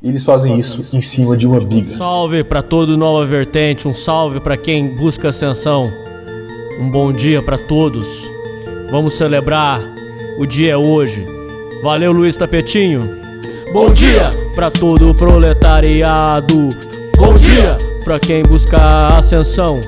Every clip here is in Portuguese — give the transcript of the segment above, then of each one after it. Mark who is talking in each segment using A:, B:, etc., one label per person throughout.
A: E eles fazem isso em cima de uma biga.
B: Um Salve pra todo Nova Vertente, um salve pra quem busca ascensão. Um bom dia pra todos. Vamos celebrar o dia é hoje. Valeu, Luiz Tapetinho. Bom dia pra todo o proletariado. Bom dia pra quem busca ascensão.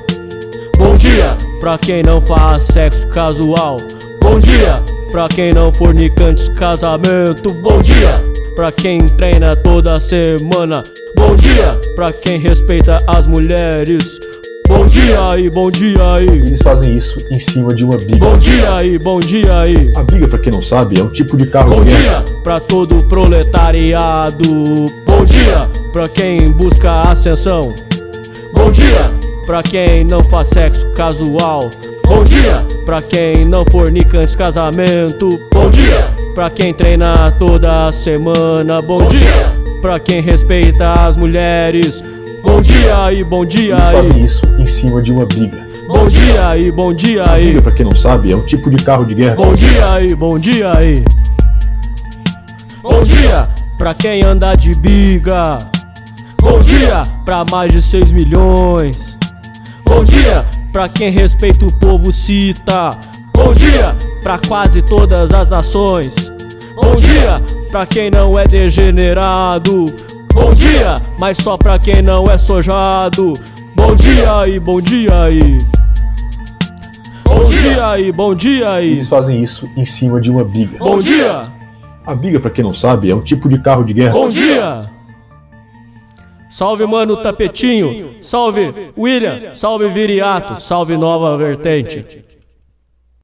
B: Bom dia pra quem não faz sexo casual. Bom dia pra quem não fornica antes do casamento. Bom dia pra quem treina toda semana. Bom dia pra quem respeita as mulheres. Bom dia aí, bom dia aí.
A: Eles fazem isso em cima de uma biga.
B: Bom dia aí, bom dia aí.
A: A biga, pra quem não sabe, é um tipo de carro
B: Bom
A: de guerra.
B: dia pra todo o proletariado. Bom dia pra quem busca ascensão. Bom dia pra quem não faz sexo casual. Bom dia pra quem não fornica antes do casamento. Bom dia pra quem treina toda semana. Bom dia pra quem respeita as mulheres. Bom dia aí, bom dia
A: Eles
B: aí.
A: fazem isso em cima de uma biga.
B: Bom dia aí, bom dia
A: A
B: aí.
A: biga, pra quem não sabe, é um tipo de carro de guerra.
B: Bom dia aí, bom dia aí. Bom dia pra quem anda de biga. Bom dia pra mais de 6 milhões. Bom dia pra quem respeita o povo cita. Bom dia pra quase todas as nações. Bom dia pra quem não é degenerado. Bom dia, mas só pra quem não é sojado. Bom dia aí, bom dia aí. Bom dia aí, bom dia aí.
A: Eles fazem isso em cima de uma biga.
B: Bom dia!
A: A biga, pra quem não sabe, é um tipo de carro de guerra.
B: Bom dia! Salve, mano, tapetinho! Salve, William! Salve, Viriato! Salve, Nova Vertente!